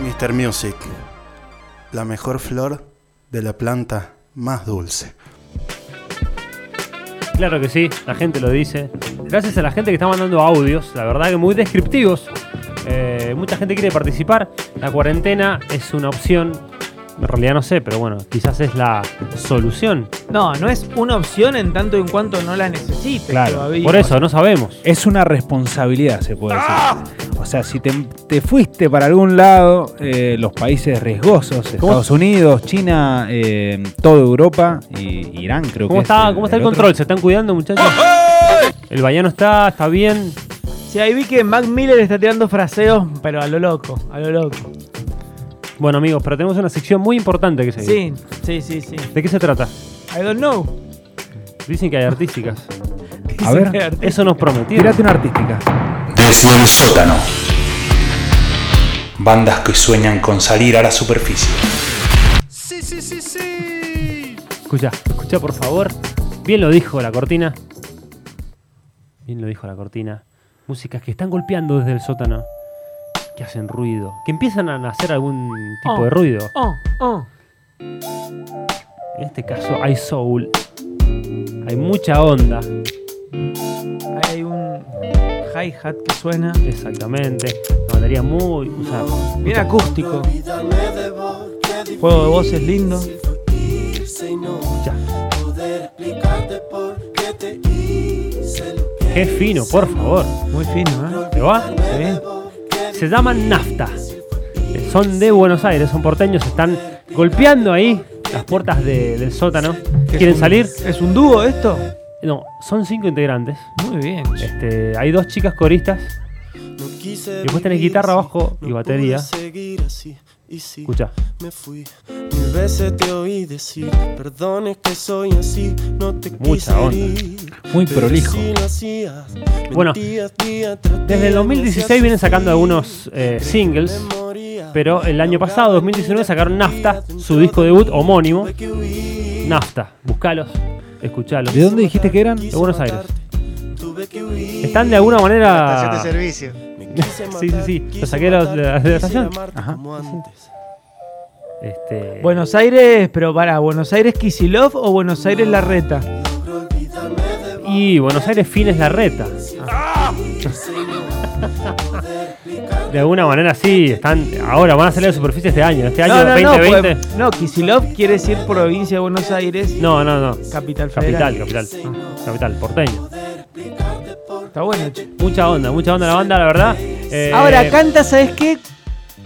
Mr. Music, la mejor flor de la planta más dulce. Claro que sí, la gente lo dice. Gracias a la gente que está mandando audios, la verdad que muy descriptivos. Eh, mucha gente quiere participar. La cuarentena es una opción. En realidad no sé, pero bueno, quizás es la solución. No, no es una opción en tanto en cuanto no la necesites Claro, todavía. Por eso, no sabemos. Es una responsabilidad, se puede decir. ¡Ah! O sea, si te, te fuiste para algún lado, eh, los países riesgosos, Estados Unidos, China, eh, toda Europa, y Irán creo ¿Cómo que es está, cómo está el, otro. control? ¿Se están cuidando, muchachos? El vallano está, está bien. Sí, ahí vi que Mac Miller está tirando fraseos, pero a lo loco, a lo loco. Bueno, amigos, pero tenemos una sección muy importante que seguir. Sí, sí, sí, sí. ¿De qué se trata? I don't know. Dicen que hay artísticas. A ver. Dice Arteta. Eso nos prometieron. Tirate una artística. Desde el sótano. Bandas que sueñan con salir a la superficie. Escucha, escucha por favor. Bien lo dijo la cortina. Bien lo dijo la cortina. Músicas que están golpeando desde el sótano. Que hacen ruido. Que empiezan a hacer algún tipo Oh. de ruido. Oh, oh. En este caso hay soul. Hay mucha onda. Ahí hay un hi-hat que suena. Exactamente. Una batería muy. O sea, Bien acústico. Juego de voces lindo. escucha. Qué fino, por favor. Muy fino, ¿eh? ¿Te va? Sí. Se llaman Nafta. Eh, Son de Buenos Aires, son porteños, están golpeando ahí las puertas de- del sótano. ¿Qué es ¿Quieren un- salir? ¿Es un dúo esto? No, son cinco integrantes. Muy bien. Este, hay dos chicas coristas. Y después tenés guitarra, bajo y batería. Escucha. Me fui, mil veces te oí decir, perdón es que soy así, no te Mucha quise onda. herir, Muy pero prolijo. si lo hacías, Bueno, mentías día tras Desde día, el me 2016 hacías vienen sacando sufrir, algunos eh, singles. me moría, Pero el año pasado, 2019, sacaron Nafta, su disco debut homónimo. tuve que huir, Nafta. Buscalos, escuchalos. ¿De dónde dijiste que eran? De Buenos Aires. tuve que huir, Están de alguna manera. Estación de servicio. me quise Sí, sí, matar, sí, lo quise saqué de la- matar, de la- de la quisiera estación. amarte Ajá. como antes. Este, Buenos Aires, pero para, ¿Buenos Aires Kisilov o Buenos Aires La Reta? Y Buenos Aires fines la reta. De alguna manera sí, están ahora van a salir a la superficie este año, este año no, pues- no, no, 2020. porque- no, Kisilov quiere decir provincia de Buenos Aires, No, no, no. capital federal. Capital, capital. Capital, porteño. Ah, Está bueno, che. Mucha onda, mucha onda la banda, la verdad. Eh, Ahora, canta, ¿sabes qué?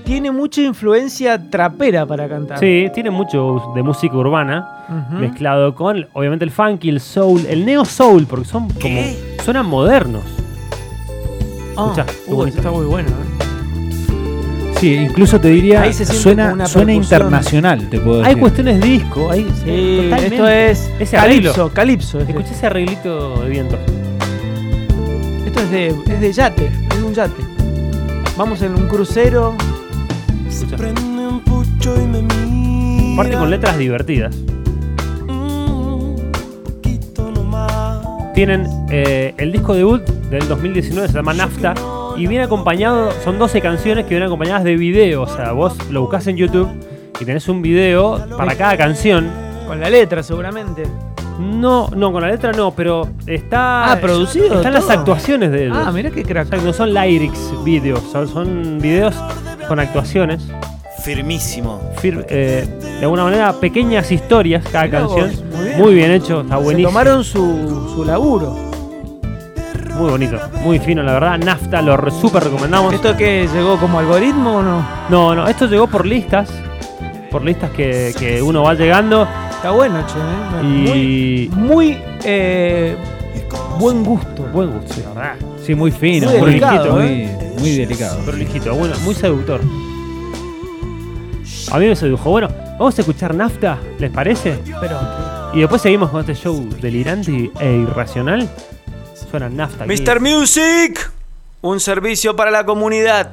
Tiene mucha influencia trapera para cantar. Sí, tiene mucho de música urbana Ujú. mezclado con obviamente el funky, el soul, el neo soul, porque son como suenan modernos. Ah, escuchá, qué uy, bonito. está muy bueno. ¿eh? Sí, incluso te diría, Ahí se siente como suena, una suena percusión. internacional, te puedo Hay decir. cuestiones de disco, hay Sí, totalmente. esto es este, Ese arreglo. Calipso, Calipso. es Escuché ese arreglito de viento. de- Esto es de, es de yate, es de un yate. Vamos en un crucero. Escucha. Prende un pucho y me mira. Parte con letras divertidas. Mm, poquito nomás. Tienen eh, el disco debut del 2019, se llama Nafta, y viene acompañado, son 12 canciones que vienen acompañadas de video, o sea, vos lo buscás en YouTube y tenés un video para cada canción. Con la letra, seguramente. No, no, con la letra no, pero está... Ah, producido Están las todo. actuaciones de ellos. Ah, mirá qué O crack. sea, no son lyrics videos, son, son videos con actuaciones. Firmísimo. Fir- eh, de alguna manera, pequeñas historias cada Mirá vos, canción. muy bien. Muy bien hecho, está Se buenísimo. tomaron su, su laburo. Muy bonito, muy fino, la verdad. Nafta lo re- súper recomendamos. ¿Esto que llegó como algoritmo o no? No, no, esto llegó por listas. Por listas que, que uno va llegando. Está bueno, che. ¿eh? Y. Muy eh, buen gusto. Buen gusto, sí, la verdad. Sí, muy fino, Muy muy, delicado, ¿eh? ¿eh? muy, muy delicado. Prolijito, bueno, muy seductor. A mí me sedujo. Bueno, vamos a escuchar Nafta, ¿les parece? Pero Y después seguimos con este show delirante e irracional. Suena Nafta. aquí. Mr. Music, un servicio para la comunidad.